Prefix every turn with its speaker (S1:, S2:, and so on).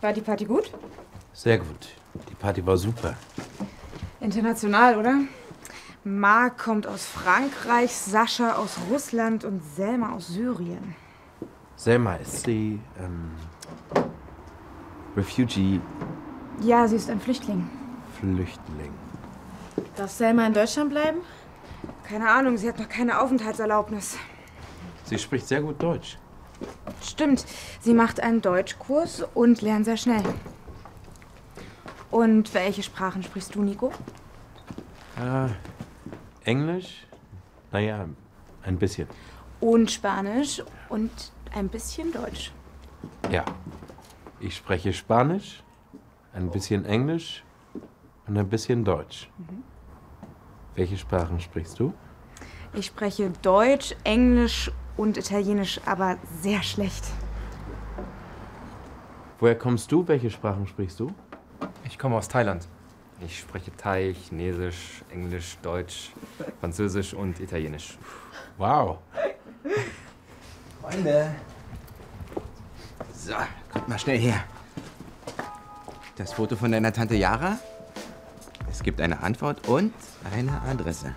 S1: War die Party gut?
S2: Sehr gut. Die Party war super.
S1: International, oder? Marc kommt aus Frankreich, Sascha aus Russland und Selma aus Syrien.
S2: Selma ist sie. Ähm, Refugee,
S1: Ja, sie ist ein Flüchtling.
S2: Flüchtling.
S3: Darf Selma in Deutschland bleiben?
S1: Keine Ahnung, sie hat noch keine Aufenthaltserlaubnis.
S2: Sie spricht sehr gut Deutsch.
S1: Stimmt, sie macht einen Deutschkurs und lernt sehr schnell. Und welche Sprachen sprichst du, Nico?
S2: Äh, Englisch? Naja, ein bisschen.
S1: Und Spanisch und ein bisschen Deutsch.
S2: Ja. Ich spreche Spanisch, ein bisschen Englisch und ein bisschen Deutsch. Welche Sprachen sprichst du?
S1: Ich spreche Deutsch, Englisch und Italienisch, aber sehr schlecht.
S2: Woher kommst du? Welche Sprachen sprichst du?
S4: Ich komme aus Thailand.
S5: Ich spreche Thai, Chinesisch, Englisch, Deutsch, Französisch und Italienisch.
S2: Wow.
S6: Freunde. So, kommt mal schnell her. Das Foto von deiner Tante Yara? Es gibt eine Antwort und eine Adresse.